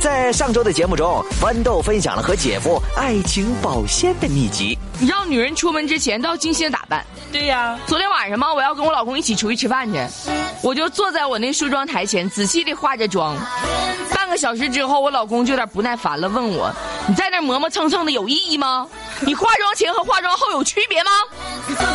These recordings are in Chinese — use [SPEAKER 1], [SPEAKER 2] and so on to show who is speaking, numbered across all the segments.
[SPEAKER 1] 在上周的节目中，豌豆分享了和姐夫爱情保鲜的秘籍。
[SPEAKER 2] 让女人出门之前都要精心的打扮。
[SPEAKER 3] 对呀、
[SPEAKER 2] 昨天晚上嘛，我要跟我老公一起出去吃饭去，我就坐在我那梳妆台前，仔细的化着妆。半个小时之后，我老公就有点不耐烦了，问我：“你在那磨磨蹭蹭的有意义吗？你化妆前和化妆后有区别吗？”妈呀！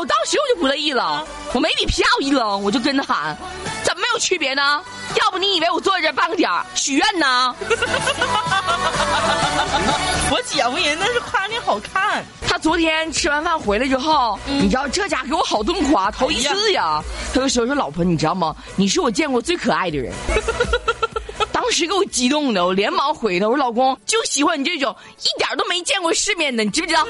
[SPEAKER 2] 我当时我就不乐意了，我没底皮我一扔，我就跟着喊：“怎么没有区别呢？要不你以为我坐在这儿半个点儿许愿呢
[SPEAKER 3] 我姐夫人那是夸你好看，？”
[SPEAKER 2] 他昨天吃完饭回来之后，
[SPEAKER 3] 嗯
[SPEAKER 2] 你知道这家给我好顿夸，头一次呀，他就说说老婆，你知道吗？你是我见过最可爱的 人。当时给我激动的，我连忙回他，我说老公就喜欢你这种一点都没见过世面的，你知不知道？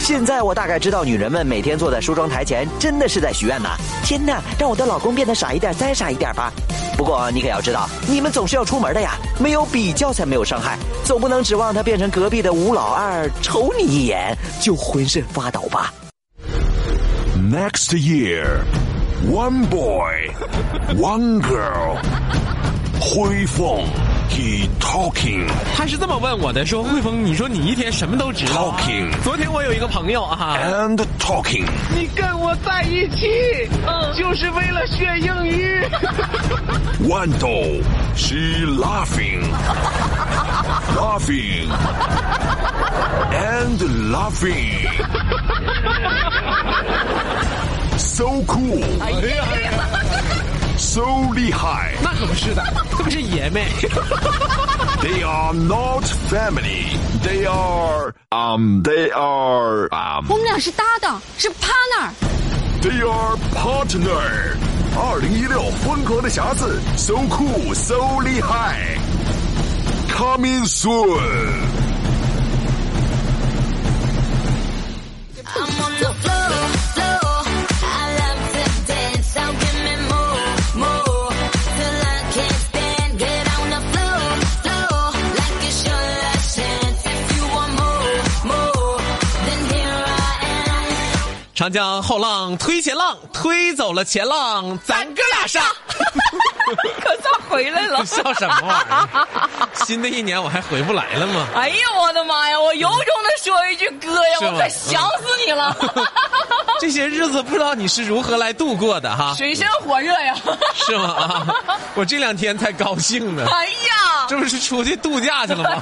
[SPEAKER 1] 现在我大概知道女人们每天坐在梳妆台前，真的是在许愿呐！天哪，让我的老公变得傻一点，再傻一点吧！不过你可要知道，你们总是要出门的呀，没有比较才没有伤害，总不能指望他变成隔壁的吴老二，瞅你一眼就浑身发抖吧。
[SPEAKER 4] Next year, one boy, one girl. Hui Feng, he talking.
[SPEAKER 5] 他是这么问我的，说汇丰，你说你一天什么都知道啊
[SPEAKER 4] Talking.。
[SPEAKER 5] 昨天我有一个朋友啊，
[SPEAKER 4] and talking.
[SPEAKER 6] 你跟我在一起，就是为了学英语。
[SPEAKER 4] Wando, she laughing, laughing, and laughing. So cool. So 厉害.
[SPEAKER 5] 那可不是的，他不是爷们。
[SPEAKER 4] They are not family. They are um. They are um.
[SPEAKER 7] 我们俩是搭档，是 partner。
[SPEAKER 4] They are partner. 二零一六疯狂的匣子，so cool, so 厉害。Coming soon.
[SPEAKER 5] 长江后浪推前浪，推走了前浪，咱哥俩上。。
[SPEAKER 3] 可算回来了
[SPEAKER 5] 笑什么玩意儿？新的一年我还回不来了吗？
[SPEAKER 2] 哎呀，我的妈呀！我由衷的说一句哥呀，
[SPEAKER 5] 是
[SPEAKER 2] 我
[SPEAKER 5] 吗
[SPEAKER 2] 可想死你 了，
[SPEAKER 5] 这些日子不知道你是如何来度过的哈，
[SPEAKER 2] 水深火热呀！
[SPEAKER 5] 是吗？ 啊，我这两天才高兴 呢，
[SPEAKER 2] 哎呀，
[SPEAKER 5] 这不是出去度假去了吗？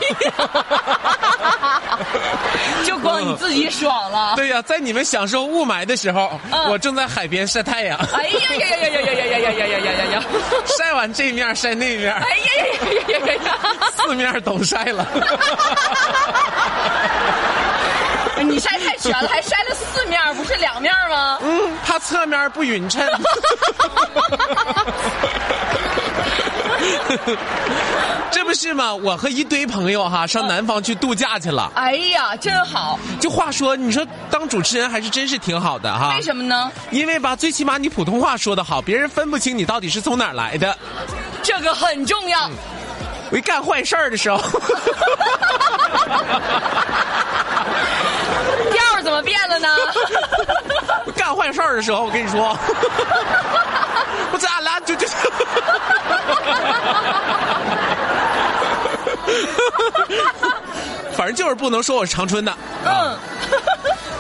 [SPEAKER 2] 就光你自己爽 了。
[SPEAKER 5] 对呀、在你们享受雾霾的时候，
[SPEAKER 2] 嗯
[SPEAKER 5] 我正在海边晒太阳，
[SPEAKER 2] 哎呀呀呀呀呀呀呀呀呀呀呀呀呀！
[SPEAKER 5] 晒完这面晒那面，
[SPEAKER 2] 哎呀呀呀呀呀呀！
[SPEAKER 5] 四面都晒了。
[SPEAKER 2] 哎你晒太全了，还晒了四面，不是两面吗？
[SPEAKER 5] 嗯，怕侧面不匀称。 这不是吗？我和一堆朋友哈上南方去度假去了。
[SPEAKER 2] 哎呀，真好！
[SPEAKER 5] 就话说，你说当主持人还是真是挺好的哈。
[SPEAKER 2] 为什么呢？
[SPEAKER 5] 因为吧，最起码你普通话说得好，别人分不清你到底是从哪儿来的。
[SPEAKER 2] 这个很重要。
[SPEAKER 5] 嗯我一干坏事儿的时候，
[SPEAKER 2] 调儿怎么变了呢？
[SPEAKER 5] 嗯我干坏事儿的时候，我跟你说，我咋了？就 就。反正就是不能说我是长春的，啊
[SPEAKER 2] 嗯，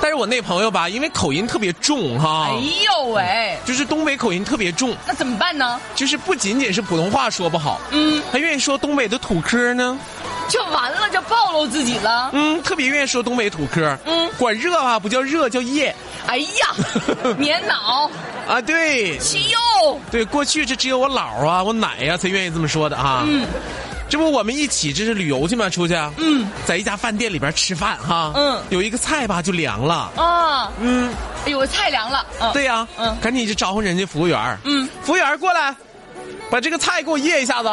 [SPEAKER 5] 但是我那朋友吧，因为口音特别重哈，
[SPEAKER 2] 哎呦喂，
[SPEAKER 5] 就是东北口音特别重，
[SPEAKER 2] 那怎么办呢？
[SPEAKER 5] 就是不仅仅是普通话说不好，
[SPEAKER 2] 嗯，
[SPEAKER 5] 还愿意说东北的土嗑呢，
[SPEAKER 2] 就完了，就暴露自己了。
[SPEAKER 5] 嗯，特别愿意说东北土嗑，
[SPEAKER 2] 嗯，
[SPEAKER 5] 管热啊不叫热叫夜
[SPEAKER 2] 哎 呀，棉袄，
[SPEAKER 5] 啊，对
[SPEAKER 2] 西柚，
[SPEAKER 5] 对，过去这只有我姥啊我奶呀、才愿意这么说的啊，嗯，这不我们一起这是旅游去嘛，出去，嗯，在一家饭店里边吃饭哈，
[SPEAKER 2] 嗯
[SPEAKER 5] 有一个菜吧就凉了，
[SPEAKER 2] 啊，
[SPEAKER 5] 嗯，
[SPEAKER 2] 哎呦，我菜凉了。嗯
[SPEAKER 5] 对呀、
[SPEAKER 2] 嗯
[SPEAKER 5] 赶紧就招呼人家服务员。
[SPEAKER 2] 嗯，
[SPEAKER 5] 服务员过来，把这个菜给我掖一 下子。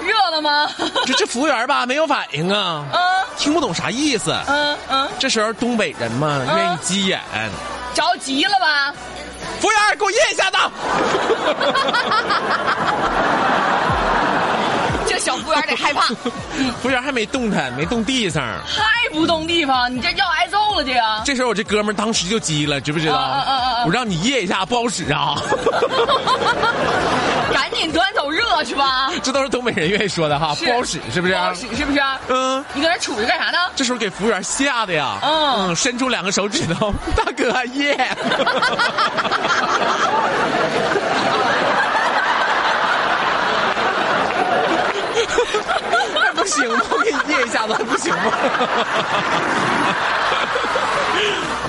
[SPEAKER 2] 热了吗？
[SPEAKER 5] 这这服务员吧没有反应啊，
[SPEAKER 2] 嗯
[SPEAKER 5] 听不懂啥意思。
[SPEAKER 2] 嗯嗯，
[SPEAKER 5] 这时候东北人嘛
[SPEAKER 2] 嗯
[SPEAKER 5] 愿意急眼，
[SPEAKER 2] 着急了吧？
[SPEAKER 5] 服务员给我掖一下子。
[SPEAKER 2] 就小服务员得害 怕，嗯
[SPEAKER 5] 服务员还没动他，没动地上。
[SPEAKER 2] 太不动地方，你这要挨揍了，这个。
[SPEAKER 5] 这时候我这哥们儿当时就急了，知不知道？
[SPEAKER 2] 啊啊啊啊
[SPEAKER 5] 我让你掖一下，不好使啊！
[SPEAKER 2] 赶紧端走热去吧，
[SPEAKER 5] 这都是东北人愿意说的哈，
[SPEAKER 2] 是
[SPEAKER 5] 不好使是不是？啊
[SPEAKER 2] 不好使是不是？
[SPEAKER 5] 嗯。
[SPEAKER 2] 你搁那杵着干啥呢？
[SPEAKER 5] 这时候给服务员吓得呀，
[SPEAKER 2] 嗯
[SPEAKER 5] 伸出两个手指头，大哥 耶！还不行吗？我给你耶一下子还不行吗？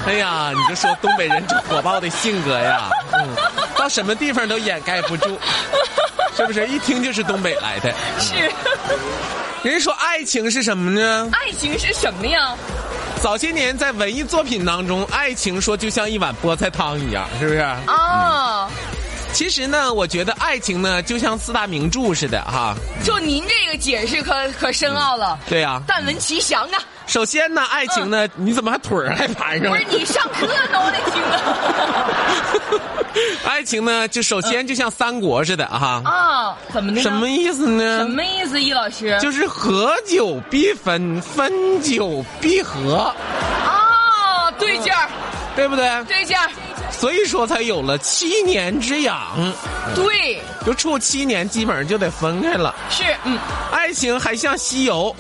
[SPEAKER 5] 哎呀，你就说东北人这火爆的性格呀，嗯，到什么地方都掩盖不住，是不是？一听就是东北来的。
[SPEAKER 2] 是，
[SPEAKER 5] 人家说爱情是什么呢？
[SPEAKER 2] 爱情是什么呀？
[SPEAKER 5] 早些年在文艺作品当中，爱情说就像一碗菠菜汤一样，是不是？
[SPEAKER 2] 啊，
[SPEAKER 5] 其实呢，我觉得爱情呢，就像四大名著似的哈。
[SPEAKER 2] 就您这个解释可可深奥了，
[SPEAKER 5] 对呀、
[SPEAKER 2] 但闻其详啊！
[SPEAKER 5] 首先呢，爱情呢，
[SPEAKER 2] 嗯
[SPEAKER 5] 你怎么还腿儿还盘上
[SPEAKER 2] 不
[SPEAKER 5] 了
[SPEAKER 2] 是？你上课呢，我得听啊。
[SPEAKER 5] 爱情呢，就首先就像三国似的哈。
[SPEAKER 2] 啊，怎么的呢？
[SPEAKER 5] 什么意思呢？
[SPEAKER 2] 什么意思，易老师？
[SPEAKER 5] 就是合久必分，分久必合，
[SPEAKER 2] 啊，对劲儿，
[SPEAKER 5] 对不对？
[SPEAKER 2] 对劲儿，
[SPEAKER 5] 所以说才有了七年之痒，
[SPEAKER 2] 对，
[SPEAKER 5] 就处七年基本上就得分开了。
[SPEAKER 2] 是，嗯，
[SPEAKER 5] 爱情还像西游，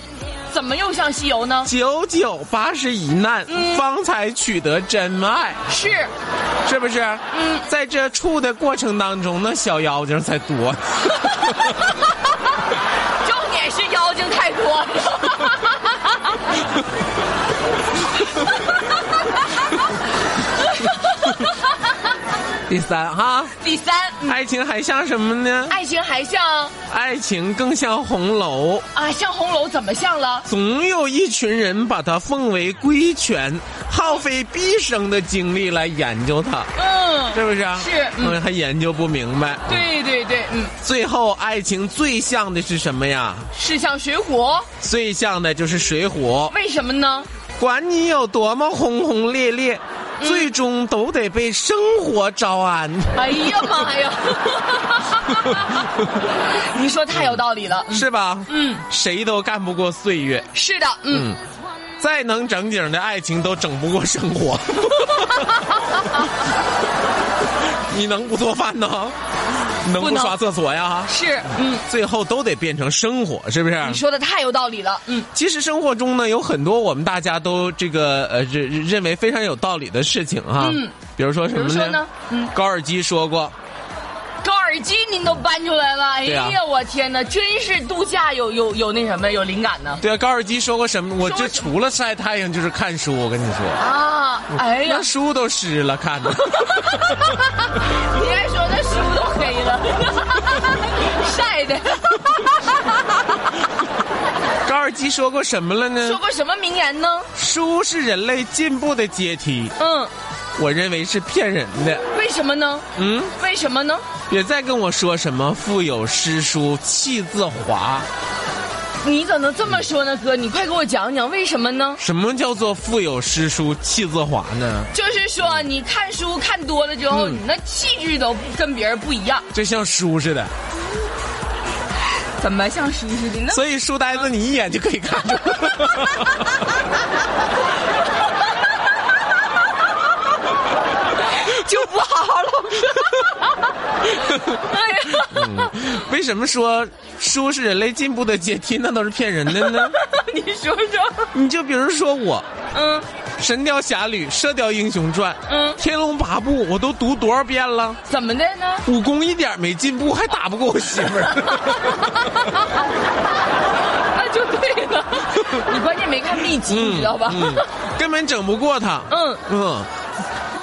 [SPEAKER 2] 怎么又像西游呢？
[SPEAKER 5] 九九八十一难，
[SPEAKER 2] 嗯
[SPEAKER 5] 方才取得真爱，
[SPEAKER 2] 是，
[SPEAKER 5] 是不是？嗯，在这处的过程当中，那小妖精才多。
[SPEAKER 2] 重点是妖精太多了。
[SPEAKER 5] 第三哈，
[SPEAKER 2] 第三，嗯
[SPEAKER 5] 爱情还像什么呢？
[SPEAKER 2] 爱情还像
[SPEAKER 5] 爱情更像红楼，
[SPEAKER 2] 啊，像红楼怎么像了？
[SPEAKER 5] 总有一群人把它奉为圭臬，耗费毕生的精力来研究它，
[SPEAKER 2] 嗯，
[SPEAKER 5] 是不是啊？
[SPEAKER 2] 是嗯
[SPEAKER 5] 嗯，还研究不明白。
[SPEAKER 2] 对对对，嗯，
[SPEAKER 5] 最后，爱情最像的是什么呀？
[SPEAKER 2] 是像水浒，
[SPEAKER 5] 最像的就是《水浒》。
[SPEAKER 2] 为什么呢？
[SPEAKER 5] 管你有多么轰轰烈烈，
[SPEAKER 2] 嗯
[SPEAKER 5] 最终都得被生活招安。
[SPEAKER 2] 哎呀妈呀！你说太有道理了。
[SPEAKER 5] 是吧？
[SPEAKER 2] 嗯，
[SPEAKER 5] 谁都干不过岁月，
[SPEAKER 2] 是的，嗯，
[SPEAKER 5] 再能整景的爱情都整不过生 活。你能不做饭呢？能
[SPEAKER 2] 不
[SPEAKER 5] 不
[SPEAKER 2] 能
[SPEAKER 5] 刷厕所呀？
[SPEAKER 2] 是，嗯，
[SPEAKER 5] 最后都得变成生活，是不是？
[SPEAKER 2] 你说的太有道理了，嗯，
[SPEAKER 5] 其实生活中呢，有很多我们大家都这个呃认认为非常有道理的事情哈。
[SPEAKER 2] 嗯，
[SPEAKER 5] 比如说什么
[SPEAKER 2] 比如
[SPEAKER 5] 呢？
[SPEAKER 2] 说呢嗯
[SPEAKER 5] 高尔基说过，
[SPEAKER 2] 高尔基您都搬出来了，哎
[SPEAKER 5] 对啊
[SPEAKER 2] 呀，我天哪，真是度假有有有那什么有灵感呢
[SPEAKER 5] 对啊，高尔基说过什么？我
[SPEAKER 2] 说
[SPEAKER 5] 就
[SPEAKER 2] 什
[SPEAKER 5] 除了晒太阳就是看书，我跟你说，
[SPEAKER 2] 啊！哎呀
[SPEAKER 5] 那，书都湿了，看 的。
[SPEAKER 2] 你还说那书都黑了， 晒的，
[SPEAKER 5] 高尔基说过什么了
[SPEAKER 2] 说
[SPEAKER 5] 呢？
[SPEAKER 2] 过什么名言呢？
[SPEAKER 5] 书是人类进步的阶梯，
[SPEAKER 2] 嗯，
[SPEAKER 5] 我认为是骗人的。
[SPEAKER 2] 为什么呢？
[SPEAKER 5] 嗯，
[SPEAKER 2] 为什么呢？
[SPEAKER 5] 别再跟我说什么腹有诗书气自华，
[SPEAKER 2] 你怎么能这么说呢，哥？你快给我讲讲为什么呢？
[SPEAKER 5] 什么叫做腹有诗书气自华呢？
[SPEAKER 2] 就是说，你看书看多了之后，
[SPEAKER 5] 嗯
[SPEAKER 2] 你那气质都跟别人不一样，
[SPEAKER 5] 就像书似的，
[SPEAKER 2] 怎么像书似的 呢？
[SPEAKER 5] 所以书呆子你一眼就可以看出。
[SPEAKER 2] 就不好好了。哎呀，
[SPEAKER 5] 为什么说书是人类进步的阶梯？那都是骗人的呢？
[SPEAKER 2] 你说说，
[SPEAKER 5] 你就比如说我，
[SPEAKER 2] 嗯，
[SPEAKER 5] 《神雕侠侣》《射雕英雄传》
[SPEAKER 2] 嗯
[SPEAKER 5] 天龙八部》，我都读多少遍了？
[SPEAKER 2] 怎么的呢？
[SPEAKER 5] 武功一点没进步，还打不过我媳妇儿。
[SPEAKER 2] 那就对了，你关键没看秘籍， 你知道吧？
[SPEAKER 5] 嗯，根本整不过她。
[SPEAKER 2] 嗯
[SPEAKER 5] 嗯，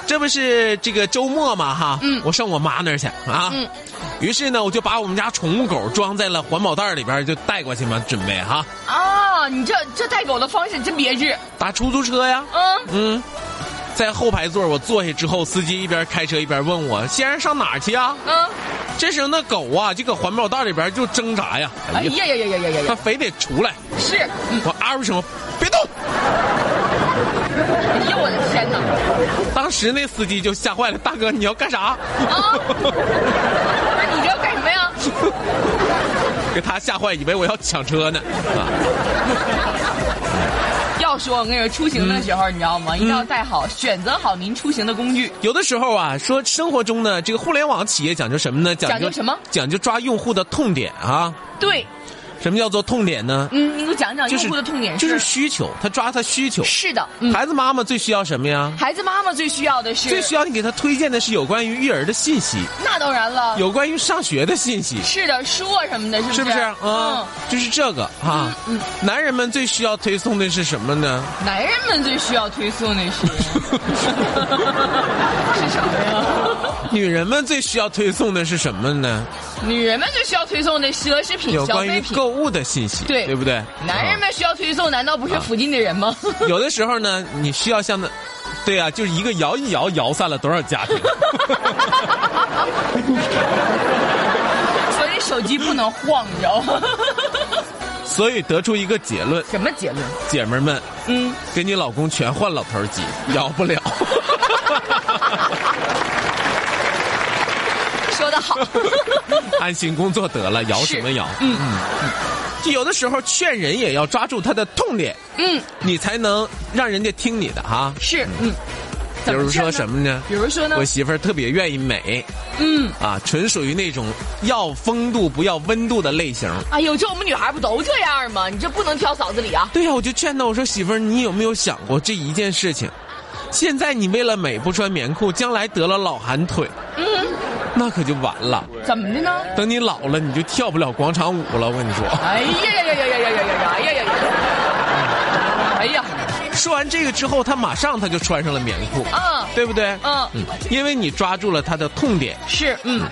[SPEAKER 5] 这不是这个周末嘛哈？嗯，我上我妈那儿去啊。
[SPEAKER 2] 嗯。
[SPEAKER 5] 于是呢，我就把我们家宠物狗装在了环保袋里边，就带过去嘛，准备哈、
[SPEAKER 2] 啊，你这这带狗的方式真别致。
[SPEAKER 5] 打出租车呀。
[SPEAKER 2] 嗯，
[SPEAKER 5] 嗯，在后排座我坐下之后，司机一边开车一边问我：“先生上哪儿去啊
[SPEAKER 2] 嗯，？”
[SPEAKER 5] 这时候那狗啊，就搁环保袋里边就挣扎呀，
[SPEAKER 2] 哎呀呀呀呀呀呀
[SPEAKER 5] 它
[SPEAKER 2] 呀，
[SPEAKER 5] 非得出来。
[SPEAKER 2] 是，嗯
[SPEAKER 5] 我啊呜一声，别动！
[SPEAKER 2] 哎呀，我的天哪！
[SPEAKER 5] 当时那司机就吓坏了，大哥你要干啥？
[SPEAKER 2] 啊，不是你这要干什么呀？
[SPEAKER 5] 给他吓坏，以为我要抢车呢。啊，
[SPEAKER 2] 要说，我跟你说，出行的时候，你知道吗？一定要带好，选择好您出行的工具。
[SPEAKER 5] 有的时候啊，说生活中呢，这个互联网企业讲究什么呢？
[SPEAKER 2] 讲究什么
[SPEAKER 5] 讲究抓用户的痛点啊。
[SPEAKER 2] 对，
[SPEAKER 5] 什么叫做痛点呢？
[SPEAKER 2] 嗯，你给我讲讲
[SPEAKER 5] 就
[SPEAKER 2] 用
[SPEAKER 5] 是
[SPEAKER 2] 户的痛点
[SPEAKER 5] 就是是需求，他抓他需求。
[SPEAKER 2] 是的，嗯，
[SPEAKER 5] 孩子妈妈最需要什么呀？
[SPEAKER 2] 孩子妈妈最需要的是，
[SPEAKER 5] 最需要你给他推荐的是有关于育儿的信息，
[SPEAKER 2] 那当然了，
[SPEAKER 5] 有关于上学的信息，
[SPEAKER 2] 是的，书啊什么的，是不是？
[SPEAKER 5] 是不是啊
[SPEAKER 2] 嗯，？
[SPEAKER 5] 就是这个啊。男人们最需要推送的是什么呢？
[SPEAKER 2] 男人们最需要推送的 是是什么呀？
[SPEAKER 5] 女人们最需要推送的是什么呢？
[SPEAKER 2] 女人们最需要推送的奢侈品、
[SPEAKER 5] 有
[SPEAKER 2] 消
[SPEAKER 5] 关
[SPEAKER 2] 费
[SPEAKER 5] 于
[SPEAKER 2] 品。
[SPEAKER 5] 购物的信息，
[SPEAKER 2] 对
[SPEAKER 5] 对不啊对？
[SPEAKER 2] 男人
[SPEAKER 5] 啊
[SPEAKER 2] 们需要推送，难道不是附近的人吗？
[SPEAKER 5] 有的时候呢，你需要像那，对啊，就是一个摇一摇，摇散了多少 家庭？
[SPEAKER 2] 所以手机不能晃，你知道吗？
[SPEAKER 5] 所以得出一个结论，
[SPEAKER 2] 什么结论？
[SPEAKER 5] 姐们儿们，嗯，给你老公全换老头儿机，摇不 了。
[SPEAKER 2] 说的 好，
[SPEAKER 5] 安心工作得了，摇什么摇？嗯嗯。就有的时候劝人也要抓住他的痛点，
[SPEAKER 2] 嗯，
[SPEAKER 5] 你才能让人家听你的哈。
[SPEAKER 2] 是，嗯。
[SPEAKER 5] 比
[SPEAKER 2] 怎
[SPEAKER 5] 如说
[SPEAKER 2] 劝呢
[SPEAKER 5] 什么呢？
[SPEAKER 2] 比如说呢
[SPEAKER 5] 我？媳妇儿特别愿意美
[SPEAKER 2] 嗯，
[SPEAKER 5] 啊，纯属于那种要风度不要温度的类型。
[SPEAKER 2] 哎呦，这我们女孩不都这样吗？你这不能挑嫂子理啊！
[SPEAKER 5] 对呀、我就劝她，我说媳妇儿，你有没有想过这一件事情？现在你为了美不穿棉裤，将来得了老寒腿，嗯，那可就完了。
[SPEAKER 2] 怎么的呢？
[SPEAKER 5] 等你老了，你就跳不了广场舞了。我跟你说。
[SPEAKER 2] 哎呀呀呀呀呀呀呀呀！哎呀呀呀！哎呀，
[SPEAKER 5] 说完这个之后，他马上他就穿上了棉裤，
[SPEAKER 2] 嗯
[SPEAKER 5] 对不对？
[SPEAKER 2] 嗯
[SPEAKER 5] 因为你抓住了他的痛点。
[SPEAKER 2] 是，嗯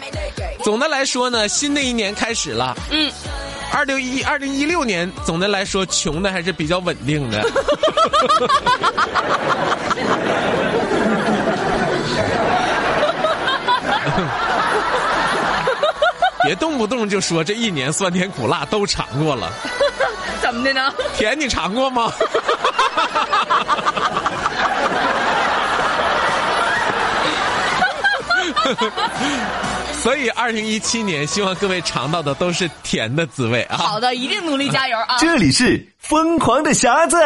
[SPEAKER 5] 总的来说呢，新的一年开始了，
[SPEAKER 2] 嗯，
[SPEAKER 5] 二六一二零一六年，总的来说穷的还是比较稳定 的。别动不动就说这一年酸甜苦辣都尝过了，
[SPEAKER 2] 怎么的呢？
[SPEAKER 5] 甜你尝过吗？所以，二零一七年，希望各位尝到的都是甜的滋味啊！
[SPEAKER 2] 好的，一定努力加油啊！
[SPEAKER 1] 这里是疯狂的匣子。